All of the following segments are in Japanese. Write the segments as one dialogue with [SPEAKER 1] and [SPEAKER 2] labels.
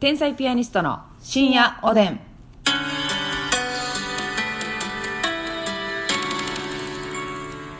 [SPEAKER 1] 天才ピアニストの深夜おでん。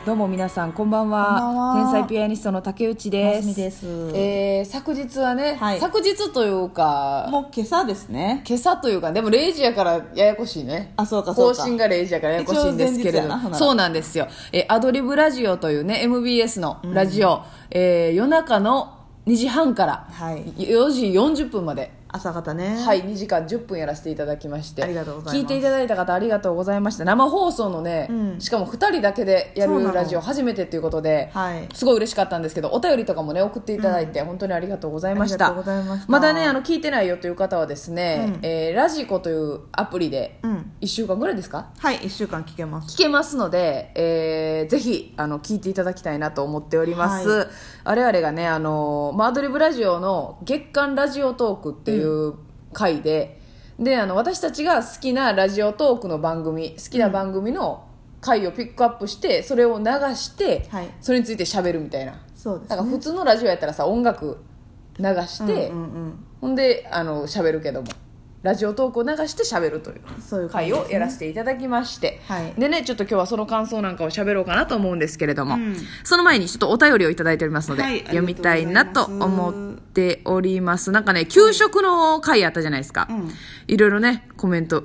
[SPEAKER 1] どうも皆さんこんばんは
[SPEAKER 2] こんばんは
[SPEAKER 1] 天才ピアニストの竹内です
[SPEAKER 2] ますみです
[SPEAKER 1] えー昨日はね、
[SPEAKER 2] はい
[SPEAKER 1] 昨日というか
[SPEAKER 2] もう今朝ですね。
[SPEAKER 1] 今朝というかでも0時やからややこしいね
[SPEAKER 2] あそうかそうか
[SPEAKER 1] 更新が0時やからややこしいんですけれ
[SPEAKER 2] 一応前日や
[SPEAKER 1] ど
[SPEAKER 2] なほな
[SPEAKER 1] そうなんですよえアドリブラジオというね MBS のラジオ、えー夜中の2時半から
[SPEAKER 2] はい
[SPEAKER 1] 4時40分まで、
[SPEAKER 2] 朝方ね。。
[SPEAKER 1] はいい、2時間10分やらせていただきまして
[SPEAKER 2] ありがとうございます
[SPEAKER 1] 聞いていただいた方ありがとうございました生放送のね、
[SPEAKER 2] うん
[SPEAKER 1] しかも2人だけでや
[SPEAKER 2] そうな
[SPEAKER 1] る
[SPEAKER 2] の
[SPEAKER 1] ラジオ初めてということで、
[SPEAKER 2] はい。
[SPEAKER 1] すごい嬉しかったんですけどお便りとかもね送っていただいて、本当にありがとうございました
[SPEAKER 2] ありがとうございました
[SPEAKER 1] だねあの聞いてないよという方はですね、
[SPEAKER 2] うん
[SPEAKER 1] えーラジコというアプリで
[SPEAKER 2] うん。
[SPEAKER 1] 1週間ぐらいですか
[SPEAKER 2] はい、一週間聞けます。
[SPEAKER 1] 聞けますので、えーぜひあの聞いていただきたいなと思っております、
[SPEAKER 2] は
[SPEAKER 1] 我々がねあの、まあ、アドリブラジオの月間ラジオトークっていう回で、であの私たちが好きなラジオトークの番組好きな番組の回をピックアップしてそれを流して、
[SPEAKER 2] はい
[SPEAKER 1] それについて喋るみたいな
[SPEAKER 2] そうです
[SPEAKER 1] な
[SPEAKER 2] ね。
[SPEAKER 1] んか普通のラジオやったらさ音楽流して、
[SPEAKER 2] うんうん
[SPEAKER 1] ほんであの喋るけどもラジオトークを流して喋るという
[SPEAKER 2] うん。そういう感じ
[SPEAKER 1] 回
[SPEAKER 2] です
[SPEAKER 1] をやらせていただきまして、
[SPEAKER 2] はい
[SPEAKER 1] でねちょっと今日はその感想なんかを喋ろうかなと思うんですけれども、
[SPEAKER 2] うん
[SPEAKER 1] その前にちょっとお便りをいただいておりますので、
[SPEAKER 2] はい
[SPEAKER 1] 読みたいなと
[SPEAKER 2] ありがとうござい
[SPEAKER 1] 思
[SPEAKER 2] ま
[SPEAKER 1] っ
[SPEAKER 2] す
[SPEAKER 1] ておりますなんかね給食の回あったじゃないですか、
[SPEAKER 2] うん
[SPEAKER 1] いろいろねコメント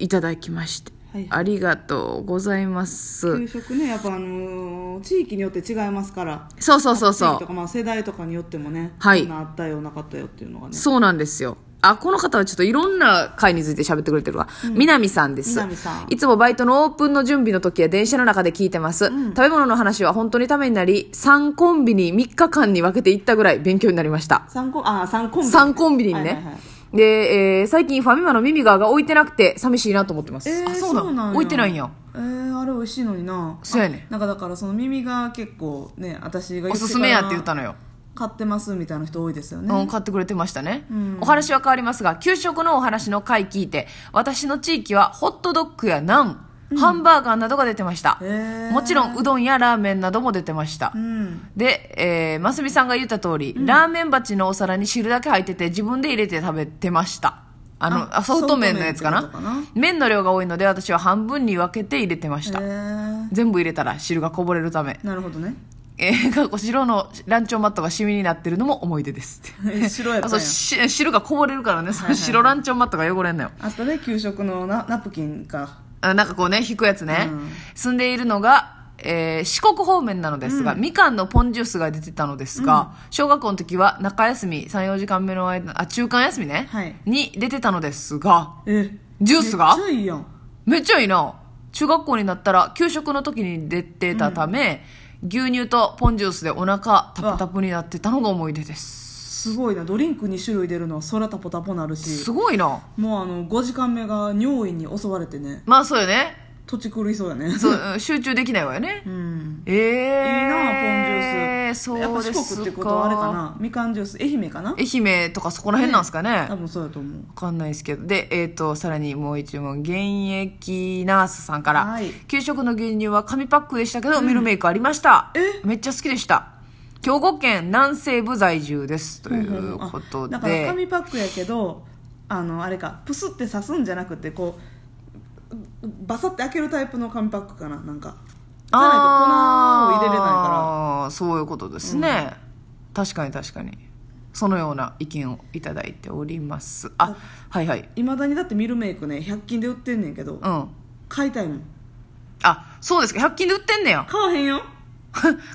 [SPEAKER 1] いただきまして、
[SPEAKER 2] はい
[SPEAKER 1] ありがとうございます、
[SPEAKER 2] 給食ね、やっぱあのー地域によって違いますから。
[SPEAKER 1] そうそうそうそ
[SPEAKER 2] 地域
[SPEAKER 1] う
[SPEAKER 2] とかまあ世代とかによってもね。
[SPEAKER 1] はい
[SPEAKER 2] こんなあったよなかったよっていうのがね。
[SPEAKER 1] そうなんですよ。あ、この方はちょっといろんな回について喋ってくれてるわ。南さんです。
[SPEAKER 2] 南さん
[SPEAKER 1] いつもバイトのオープンの準備の時や電車の中で聞いてます。食べ物の話は本当にためになり、3コンビに3日間に分けていったぐらい勉強になりました。
[SPEAKER 2] 三コンあ三コンビ。
[SPEAKER 1] 3コンビニにね。
[SPEAKER 2] はいはいはい
[SPEAKER 1] で、えー最近ファミマのミミガーが置いてなくて寂しいなと思ってます。
[SPEAKER 2] えー
[SPEAKER 1] あ、
[SPEAKER 2] そうなんや
[SPEAKER 1] 置いてないんや。
[SPEAKER 2] えー、あれ美味しいのにな
[SPEAKER 1] そうやねん
[SPEAKER 2] あなんかだからその耳が結構ね私が
[SPEAKER 1] おすすめやって言ったのよ。
[SPEAKER 2] 買ってますみたいな人多いですよね
[SPEAKER 1] うん、買ってくれてましたね、お話は変わりますが給食のお話の回聞いて私の地域はホットドッグやナン、ハンバーガーなどが出てました
[SPEAKER 2] へー
[SPEAKER 1] もちろんうどんやラーメンなども出てました、
[SPEAKER 2] うん
[SPEAKER 1] で、えー、ますみさんが言った通り、ラーメン鉢のお皿に汁だけ入ってて自分で入れて食べてましたあの
[SPEAKER 2] あ
[SPEAKER 1] あソフト麺のやつかな
[SPEAKER 2] ソフト麺ってこと
[SPEAKER 1] 麺の量が多いので私は半分に分けて入れてまし
[SPEAKER 2] へ
[SPEAKER 1] た、
[SPEAKER 2] ー
[SPEAKER 1] 全部入れたら汁がこぼれるため
[SPEAKER 2] なるほどね
[SPEAKER 1] えー、過去白のランチョンマットがシミになってるのも思い出です
[SPEAKER 2] え白やったんや
[SPEAKER 1] あそうし汁がこぼれるからね、その 白ランチョンマットが汚れんのよ
[SPEAKER 2] あとね給食のナナプキンか
[SPEAKER 1] あなんかこうね引くやつね、
[SPEAKER 2] うん
[SPEAKER 1] 住んでいるのが、えー四国方面なのですが、みかんのポンジュースが出てたのですが、小学校の時は中休み34時間目の間あ中間休みね、
[SPEAKER 2] はい
[SPEAKER 1] に出てたのですが
[SPEAKER 2] え
[SPEAKER 1] ジュースが
[SPEAKER 2] めっちゃいいやん
[SPEAKER 1] めっちゃいいな中学校になったら給食の時に出てたため、牛乳とポンジュースでお腹タプタプになってたのが思い出です
[SPEAKER 2] すごいなドリンク2種類出るのはそらタポタポなるし
[SPEAKER 1] すごいな
[SPEAKER 2] もうあの5時間目が尿意に襲われてね
[SPEAKER 1] まあそうよね
[SPEAKER 2] 土地 狂いそうやね
[SPEAKER 1] そううん集中できないわよね、
[SPEAKER 2] うん
[SPEAKER 1] ええ
[SPEAKER 2] いいなポンジュース
[SPEAKER 1] そう
[SPEAKER 2] やっぱ
[SPEAKER 1] です
[SPEAKER 2] 四国ってことはあれかなみかんジュース愛媛かな
[SPEAKER 1] 愛媛とかそこら辺なんですかね
[SPEAKER 2] 多分そうやと思う
[SPEAKER 1] わかんないですけどでえっ、とさらにもう一問現役ナースさんから、
[SPEAKER 2] はい
[SPEAKER 1] 給食の牛乳は紙パックでしたけど、ミルメイクありました
[SPEAKER 2] え
[SPEAKER 1] めっちゃ好きでした兵庫県南西部在住ですということで、
[SPEAKER 2] だから紙パックやけどあのあれかプスって刺すんじゃなくてこうバサって開けるタイプの紙パックかななんかじゃないと粉を入れれないか
[SPEAKER 1] あーそういうことですね、確かに確かにそのような意見をいただいておりますあはいはい
[SPEAKER 2] らいまだにだってミルメイクね100均で売ってんねんけど
[SPEAKER 1] うん
[SPEAKER 2] 買いたいもん
[SPEAKER 1] あそうですか100均で売ってんねや
[SPEAKER 2] 買わへんよ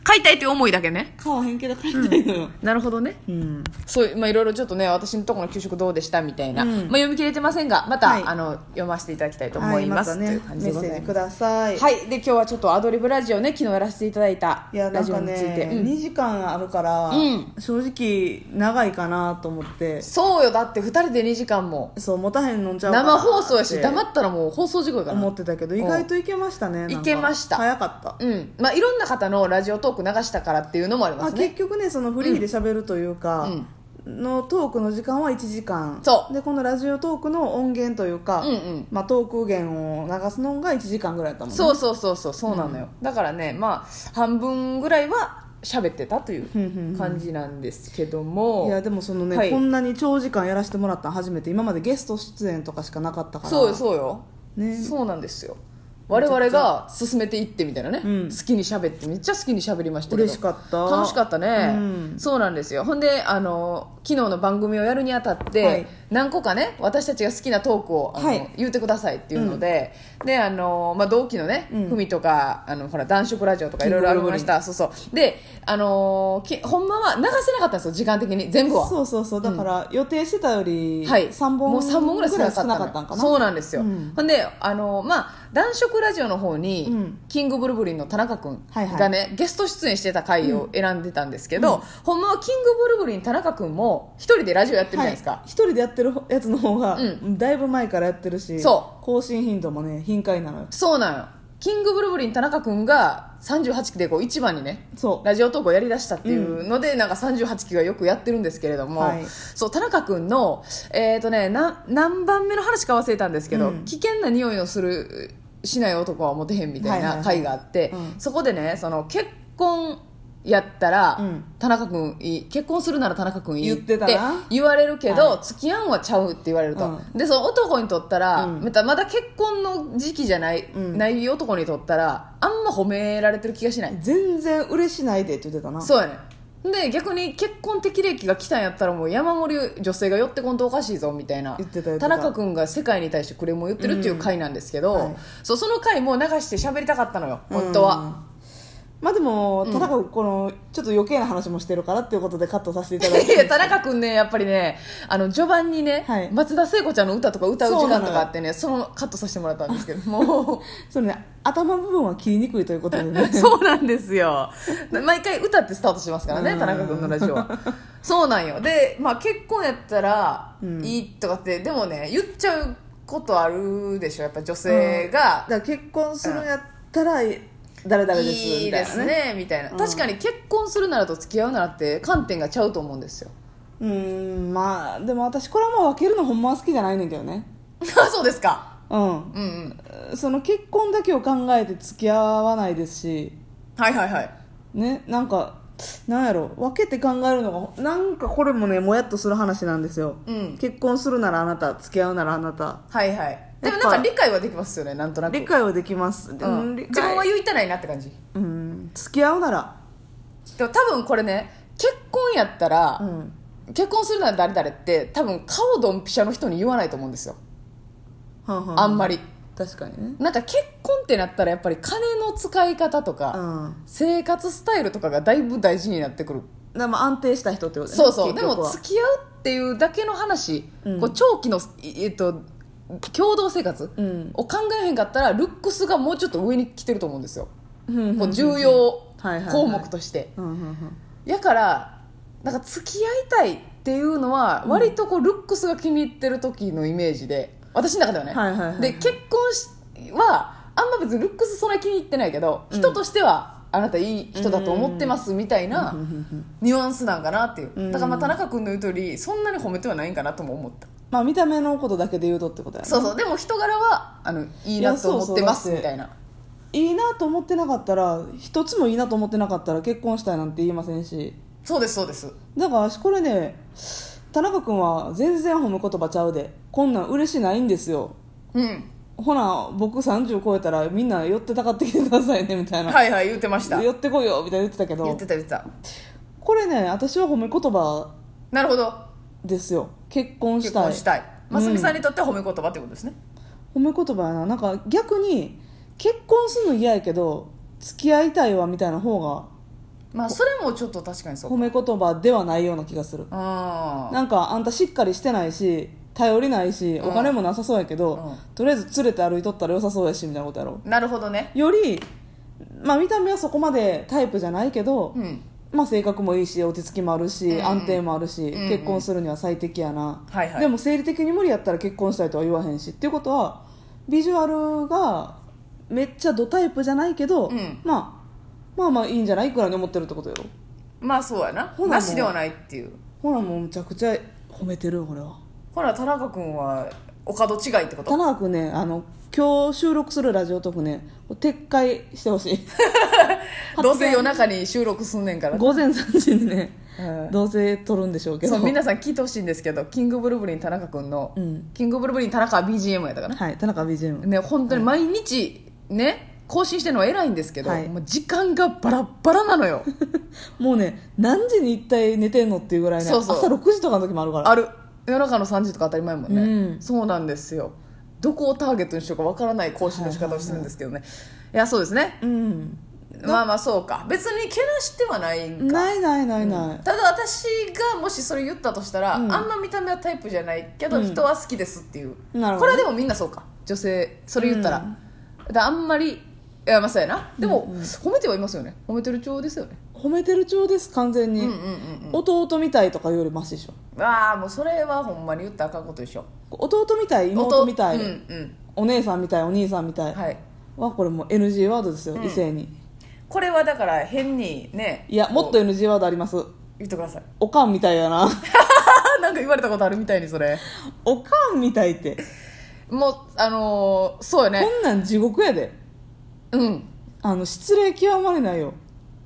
[SPEAKER 1] 買いたいっていう思いだけね
[SPEAKER 2] 買わへんけど買いたいのよ
[SPEAKER 1] なるほどね
[SPEAKER 2] うん
[SPEAKER 1] そういうまあいろいろちょっとね私のところの給食どうでしたみたいな、
[SPEAKER 2] うん
[SPEAKER 1] まあ読み切れてませんがまた、
[SPEAKER 2] はい
[SPEAKER 1] あの読ませていただきたいと思
[SPEAKER 2] はいい
[SPEAKER 1] ま、
[SPEAKER 2] ますた
[SPEAKER 1] とい
[SPEAKER 2] ね
[SPEAKER 1] う感じ
[SPEAKER 2] メ
[SPEAKER 1] でご
[SPEAKER 2] ッセ
[SPEAKER 1] ざい
[SPEAKER 2] ージ
[SPEAKER 1] ま
[SPEAKER 2] く
[SPEAKER 1] す
[SPEAKER 2] ださい
[SPEAKER 1] はいで今日はちょっとアドリブラジオね昨日やらせていただいた
[SPEAKER 2] いやな
[SPEAKER 1] ラ
[SPEAKER 2] ん
[SPEAKER 1] ジオ
[SPEAKER 2] か
[SPEAKER 1] につい
[SPEAKER 2] ね
[SPEAKER 1] て、うん
[SPEAKER 2] 2時間あるから
[SPEAKER 1] うん
[SPEAKER 2] 正直長いかなと思って
[SPEAKER 1] そうよだって2人で2時間も
[SPEAKER 2] そう持たへんのんちゃうかな
[SPEAKER 1] 生放送やし
[SPEAKER 2] って
[SPEAKER 1] 黙ったらもう放送事故やから
[SPEAKER 2] 思ってたけど意外といけましたねなんか
[SPEAKER 1] いけました
[SPEAKER 2] 早かった、
[SPEAKER 1] うんまあ、いろんな方のラジオトーク流したからっていうのもありま
[SPEAKER 2] あ
[SPEAKER 1] すね
[SPEAKER 2] 結局ねそのフリーで喋るというか、のトークの時間は1時間
[SPEAKER 1] そう
[SPEAKER 2] でこのラジオトークの音源というか、
[SPEAKER 1] うんうん
[SPEAKER 2] まあ、トーク源を流すのが1時間ぐらいだったもんね
[SPEAKER 1] そうそうそうそうそうなのよ、だからねまあ半分ぐらいは喋ってたとい
[SPEAKER 2] うんうんう
[SPEAKER 1] うん感じなんですけども、
[SPEAKER 2] いやでもそのね、
[SPEAKER 1] はい
[SPEAKER 2] こんなに長時間やらせてもらったの初めて今までゲスト出演とかしかなかったから
[SPEAKER 1] そうよそうよ、
[SPEAKER 2] ね
[SPEAKER 1] そうなんですよ我々が進めていってみたいなね、
[SPEAKER 2] うん
[SPEAKER 1] 好きに喋ってめっちゃ好きに喋りましたけど
[SPEAKER 2] 嬉しかった
[SPEAKER 1] 楽しかったね、
[SPEAKER 2] うん
[SPEAKER 1] そうなんですよほんであの昨日の番組をやるにあたって、
[SPEAKER 2] はい
[SPEAKER 1] 何個かね私たちが好きなトークをあの、
[SPEAKER 2] はい
[SPEAKER 1] 言うてくださいっていうので、であの、まあ、同期のね
[SPEAKER 2] うん
[SPEAKER 1] ふみ、とかあのほら男色ラジオとかいろいろありましたそうそうであのきほんまは流せなかったんですよ時間的に全部は
[SPEAKER 2] そうそうそうだから予定してたより
[SPEAKER 1] はい、
[SPEAKER 2] 3本
[SPEAKER 1] もう三本ぐらい
[SPEAKER 2] ぐ
[SPEAKER 1] 少
[SPEAKER 2] ら
[SPEAKER 1] ないか
[SPEAKER 2] 少
[SPEAKER 1] った
[SPEAKER 2] な
[SPEAKER 1] の
[SPEAKER 2] かったんかな
[SPEAKER 1] そうなんですよ、
[SPEAKER 2] うん
[SPEAKER 1] ほんであのまあ男色ラジオの方に、
[SPEAKER 2] うん
[SPEAKER 1] キングブルブリンの田中君
[SPEAKER 2] はいはい
[SPEAKER 1] がね、ゲスト出演してた回を選んでたんですけど、ほんまはキングブルブリン田中君も一人でラジオやってるじゃないですか、
[SPEAKER 2] はい一人でやってるやつの方が、
[SPEAKER 1] う
[SPEAKER 2] だいぶ前からやってるし
[SPEAKER 1] そ
[SPEAKER 2] 更新頻度もね頻回なのよ
[SPEAKER 1] そうなんよキングブルブリン田中君が38期でこう一番にね
[SPEAKER 2] そう
[SPEAKER 1] ラジオ投稿やりだしたっていうので、なんか38期がよくやってるんですけれども、
[SPEAKER 2] はい
[SPEAKER 1] そう田中君の、えーとね、な何番目の話か忘れたんですけど、
[SPEAKER 2] うん
[SPEAKER 1] 危険な匂いのするしない男はモテへんみたい
[SPEAKER 2] はいはいは
[SPEAKER 1] ない回があって、
[SPEAKER 2] うん
[SPEAKER 1] そこでねその結婚やったら、
[SPEAKER 2] うん
[SPEAKER 1] 田中君いい結婚するなら田中君いいって
[SPEAKER 2] 言ってたな
[SPEAKER 1] 言われるけど、
[SPEAKER 2] は
[SPEAKER 1] 付き合うんはちゃうって言われると、
[SPEAKER 2] う
[SPEAKER 1] でその男にとったら、
[SPEAKER 2] うん
[SPEAKER 1] またまだ結婚の時期じゃない、
[SPEAKER 2] うん
[SPEAKER 1] ない男にとったらあんま褒められてる気がしない
[SPEAKER 2] 全然嬉しないでって言ってたな
[SPEAKER 1] そうやねで逆に結婚適齢期が来たんやったらもう山盛り女性が寄ってこんとおかしいぞみたいな
[SPEAKER 2] 言ってた言って
[SPEAKER 1] 田
[SPEAKER 2] た
[SPEAKER 1] 中君が世界に対してクレームを言ってるっていう回なんですけど、
[SPEAKER 2] うんはい
[SPEAKER 1] そうその回も流して喋りたかったのよ
[SPEAKER 2] うん
[SPEAKER 1] 本当は、
[SPEAKER 2] まあでも田中君このちょっと余計な話もしてるからっていうことでカットさせていただい
[SPEAKER 1] い
[SPEAKER 2] て
[SPEAKER 1] や田中君ねやっぱりねあの序盤にね、
[SPEAKER 2] はい
[SPEAKER 1] 松田聖子ちゃんの歌とか歌う時
[SPEAKER 2] そうな
[SPEAKER 1] 間
[SPEAKER 2] の
[SPEAKER 1] と
[SPEAKER 2] よ
[SPEAKER 1] かあってねそのカットさせてもらったんですけ どもう
[SPEAKER 2] そのね頭の部分は切りにくいということで ね
[SPEAKER 1] そうなんですよ毎回歌ってスタートしますから
[SPEAKER 2] う
[SPEAKER 1] ね
[SPEAKER 2] ん
[SPEAKER 1] 田中君のラジオはそうなんよで、まあ、結婚やったら
[SPEAKER 2] うん
[SPEAKER 1] いいとかって、でもね言っちゃうことあるでしょやっぱ女性が、
[SPEAKER 2] だから結婚するんやったら誰々です
[SPEAKER 1] いい
[SPEAKER 2] みた
[SPEAKER 1] で
[SPEAKER 2] いな
[SPEAKER 1] すねみたいな、
[SPEAKER 2] うん
[SPEAKER 1] 確かに結婚するならと付き合うならって観点がちゃうと思うんです よ
[SPEAKER 2] うーんまあでも私これはもう分けるのほんまは好きじゃないねんけどね
[SPEAKER 1] あそうですか
[SPEAKER 2] うん
[SPEAKER 1] うんうん
[SPEAKER 2] その結婚だけを考えて付き合わないですし
[SPEAKER 1] はいはいはい
[SPEAKER 2] ねなんかなんやろ分けて考えるのがなんかこれもねもやっとする話なんですよ、
[SPEAKER 1] うん
[SPEAKER 2] 結婚するならあなた付き合うならあなた
[SPEAKER 1] はいはいでも
[SPEAKER 2] やっ
[SPEAKER 1] な
[SPEAKER 2] ぱ
[SPEAKER 1] んか理解はできますよねなんとなく
[SPEAKER 2] 理解はできます、で
[SPEAKER 1] う
[SPEAKER 2] も
[SPEAKER 1] ん、
[SPEAKER 2] 理
[SPEAKER 1] 自分は
[SPEAKER 2] 解
[SPEAKER 1] 言いたないなって感じ
[SPEAKER 2] うん付き合うなら
[SPEAKER 1] でも多分これね結婚やったら、
[SPEAKER 2] うん
[SPEAKER 1] 結婚するなら誰々って多分顔ドンピシャの人に言わないと思うんですよ、
[SPEAKER 2] はんは
[SPEAKER 1] あんまり
[SPEAKER 2] 確かにね
[SPEAKER 1] なんか結婚ってなったらやっぱり金の使い方と
[SPEAKER 2] う
[SPEAKER 1] か、
[SPEAKER 2] ん
[SPEAKER 1] 生活スタイルとかがだいぶ大事になってくる
[SPEAKER 2] でも安定した人ってことだね
[SPEAKER 1] そうそうで
[SPEAKER 2] 結局
[SPEAKER 1] も
[SPEAKER 2] は
[SPEAKER 1] 付き合うっていうだけの話、
[SPEAKER 2] うん
[SPEAKER 1] こう長期の、いえっと、共同生活
[SPEAKER 2] うん
[SPEAKER 1] を考えへんかったらルックスがもうちょっと上に来てると思うんですよ、
[SPEAKER 2] うんうん
[SPEAKER 1] こう重要
[SPEAKER 2] はいはいはい
[SPEAKER 1] 項目として
[SPEAKER 2] うんうんうん
[SPEAKER 1] やからなんか付き合いたいっていうのは割とこうルックスが気に入ってる時のイメージで私の中ではね、
[SPEAKER 2] はいはいはい
[SPEAKER 1] で結婚しはあんま別にルックスそんな気に入ってないけど、人としてはあなたいい人だと思ってますみたいなニュアンスなんかなっていう、
[SPEAKER 2] ん
[SPEAKER 1] だからまあ田中君の言う通りそんなに褒めてはないんかなとも思った、
[SPEAKER 2] まあ見た目のことだけで言うとってことやね
[SPEAKER 1] そうそうでも人柄はあのいいなと思ってます
[SPEAKER 2] いやそうそうだって
[SPEAKER 1] みたいない
[SPEAKER 2] いなと思ってなかったら一つもいいなと思ってなかったら結婚したいなんて言いませんし
[SPEAKER 1] そうですそうです
[SPEAKER 2] だから私これね田中君は全然褒め言葉ちゃうでこんなん嬉しないんですよ
[SPEAKER 1] うん
[SPEAKER 2] ほな僕30超えたらみんな寄ってたかってきてくださいねみたいな、
[SPEAKER 1] はいはい言ってました
[SPEAKER 2] 寄ってこいよみたいな言ってたけ
[SPEAKER 1] 言
[SPEAKER 2] ど
[SPEAKER 1] ってた言ってた
[SPEAKER 2] これね私は褒め言葉
[SPEAKER 1] なるほど
[SPEAKER 2] ですよ結婚し
[SPEAKER 1] 結
[SPEAKER 2] たい
[SPEAKER 1] 婚したいますみさんにとっては褒め言葉ってことですね、
[SPEAKER 2] 褒め言葉やななんか逆に結婚するの嫌やけど付き合いたいわみたいな方が
[SPEAKER 1] まあそれもちょっと確かにそう
[SPEAKER 2] 褒め言葉ではないような気がする
[SPEAKER 1] あ
[SPEAKER 2] なんかあんたしっかりしてないし頼りないし
[SPEAKER 1] うん
[SPEAKER 2] お金もなさそうやけど、
[SPEAKER 1] うん
[SPEAKER 2] とりあえず連れて歩いとったら良さそうやしみたいなことやろ
[SPEAKER 1] あなるほどね
[SPEAKER 2] より、まあ、見た目はそこまでタイプじゃないけど、
[SPEAKER 1] うん
[SPEAKER 2] まあ、性格もいいし落ち着きもあるし、
[SPEAKER 1] うんうん
[SPEAKER 2] 安定もあるし、
[SPEAKER 1] んうん
[SPEAKER 2] 結婚するには最適やな、
[SPEAKER 1] はいはい
[SPEAKER 2] でも生理的に無理やったら結婚したいとは言わへんしっていうことはビジュアルがめっちゃドタイプじゃないけど、
[SPEAKER 1] うん
[SPEAKER 2] まあ、まあまあいいんじゃないいくらに思ってるってことやろ
[SPEAKER 1] まあそうやな
[SPEAKER 2] ほなもう
[SPEAKER 1] なしではないっていう
[SPEAKER 2] ほらもうむちゃくちゃ褒めてるよこれは
[SPEAKER 1] ほら田中君はお門違いってこ
[SPEAKER 2] 田
[SPEAKER 1] と
[SPEAKER 2] 中君ねあの今日収録するラジオトークね撤回してほしい
[SPEAKER 1] どうせ夜中に収録すんねんから
[SPEAKER 2] 午前3時にね、
[SPEAKER 1] うん
[SPEAKER 2] どうせ撮るんでしょうけど
[SPEAKER 1] そう皆さん聞いてほしいんですけどキングブルブリン田中君の、
[SPEAKER 2] うん
[SPEAKER 1] キングブルブリン田中は BGM やったかな、
[SPEAKER 2] はい田中 BGM
[SPEAKER 1] ね本当に毎日ね更新してるのは偉いんですけど、
[SPEAKER 2] はい
[SPEAKER 1] もう時間がバラッバラなのよ
[SPEAKER 2] もうね何時に一体寝てんのっていうぐらいね
[SPEAKER 1] そうそう
[SPEAKER 2] 朝6時とかの時もあるから
[SPEAKER 1] ある夜中の3時とか当たり前やもんね、
[SPEAKER 2] うん
[SPEAKER 1] そうなんですよどこをターゲットにしようかわからない更新の仕方をしてるんですけどね、いやそうですね
[SPEAKER 2] うん
[SPEAKER 1] まあまあそうか別にけなしてはないんか
[SPEAKER 2] ないないないない、
[SPEAKER 1] ただ私がもしそれ言ったとしたら、
[SPEAKER 2] うん
[SPEAKER 1] あんま見た目はタイプじゃないけど、
[SPEAKER 2] うん
[SPEAKER 1] 人は好きですっていう
[SPEAKER 2] なるほど
[SPEAKER 1] これはでもみんなそうか女性それ言ったら、だからあんまりいやまあそうやなでも、褒めてはいますよね褒めてる調ですよね
[SPEAKER 2] 褒めてる調です完全に、
[SPEAKER 1] うんうんうん
[SPEAKER 2] 弟みたいとかよりマシでしょ
[SPEAKER 1] うんああもうそれはほんまに言ったらあかんことでしょ
[SPEAKER 2] 弟みたい妹みたい、
[SPEAKER 1] うんうん
[SPEAKER 2] お姉さんみたいお兄さんみたいは、
[SPEAKER 1] はい
[SPEAKER 2] これもう NG ワードですよ、
[SPEAKER 1] うん
[SPEAKER 2] 異性に
[SPEAKER 1] これはだから変にね
[SPEAKER 2] いやもっと
[SPEAKER 1] こう
[SPEAKER 2] NG ワードあります
[SPEAKER 1] 言ってください
[SPEAKER 2] おかんみたいやな
[SPEAKER 1] あなんか言われたことあるみたいにそれ
[SPEAKER 2] おかんみたいって
[SPEAKER 1] もうあのーそうよ
[SPEAKER 2] こ
[SPEAKER 1] ね
[SPEAKER 2] んなん地獄やで
[SPEAKER 1] うん
[SPEAKER 2] あの失礼極まれないよ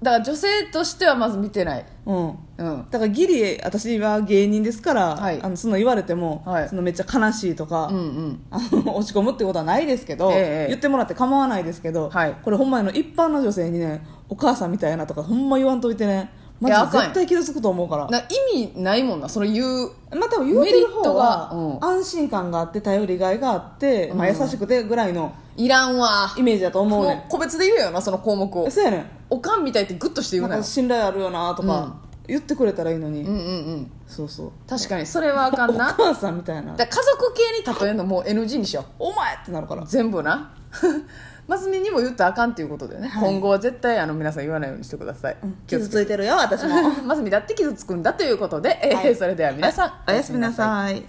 [SPEAKER 1] だから女性としてはまず見てない
[SPEAKER 2] うん
[SPEAKER 1] うん
[SPEAKER 2] だからギリ私は芸人ですから、
[SPEAKER 1] はい
[SPEAKER 2] あのそんな言われても、
[SPEAKER 1] はい
[SPEAKER 2] そのめっちゃ悲しいとか、
[SPEAKER 1] うんうん
[SPEAKER 2] あの落ち込むってことはないですけど、
[SPEAKER 1] ええ
[SPEAKER 2] 言ってもらって構わないですけど、
[SPEAKER 1] はい
[SPEAKER 2] これほんまにあの一般の女性にねお母さんみたいなとかほんま言わんといてね
[SPEAKER 1] いや
[SPEAKER 2] マ
[SPEAKER 1] あ
[SPEAKER 2] ジ
[SPEAKER 1] かん
[SPEAKER 2] で
[SPEAKER 1] やん
[SPEAKER 2] 絶対傷つくと思うから
[SPEAKER 1] な意味ないもんなそれ言う
[SPEAKER 2] まあ多分言うてる方が
[SPEAKER 1] メリットが
[SPEAKER 2] 安心感があって頼りがいがあって、まあ、優しくてぐらいの
[SPEAKER 1] いらんわ
[SPEAKER 2] イメージだと思うね
[SPEAKER 1] もう個別で言うよなその項目を
[SPEAKER 2] んそうやねん
[SPEAKER 1] おかんみたいってグッとして言う
[SPEAKER 2] な
[SPEAKER 1] んなよ
[SPEAKER 2] か信頼あるよなとか言ってくれたらいいのに、
[SPEAKER 1] うんうんうん
[SPEAKER 2] そうそう
[SPEAKER 1] 確かにそれはあか
[SPEAKER 2] お
[SPEAKER 1] ん な
[SPEAKER 2] 母さんみたいな
[SPEAKER 1] だから家族系に例えるのもう NG にしよ
[SPEAKER 2] お前ってなるから
[SPEAKER 1] う全部な マスミにも言ったらあかんっていうことでね、
[SPEAKER 2] はい
[SPEAKER 1] 今後は絶対あの皆さん言わないようにしてください、気を
[SPEAKER 2] 傷
[SPEAKER 1] つ
[SPEAKER 2] ついてるよ私も
[SPEAKER 1] けマスミだって傷つくんだということで、えー
[SPEAKER 2] はい
[SPEAKER 1] それでは皆さん、
[SPEAKER 2] おやすみなさい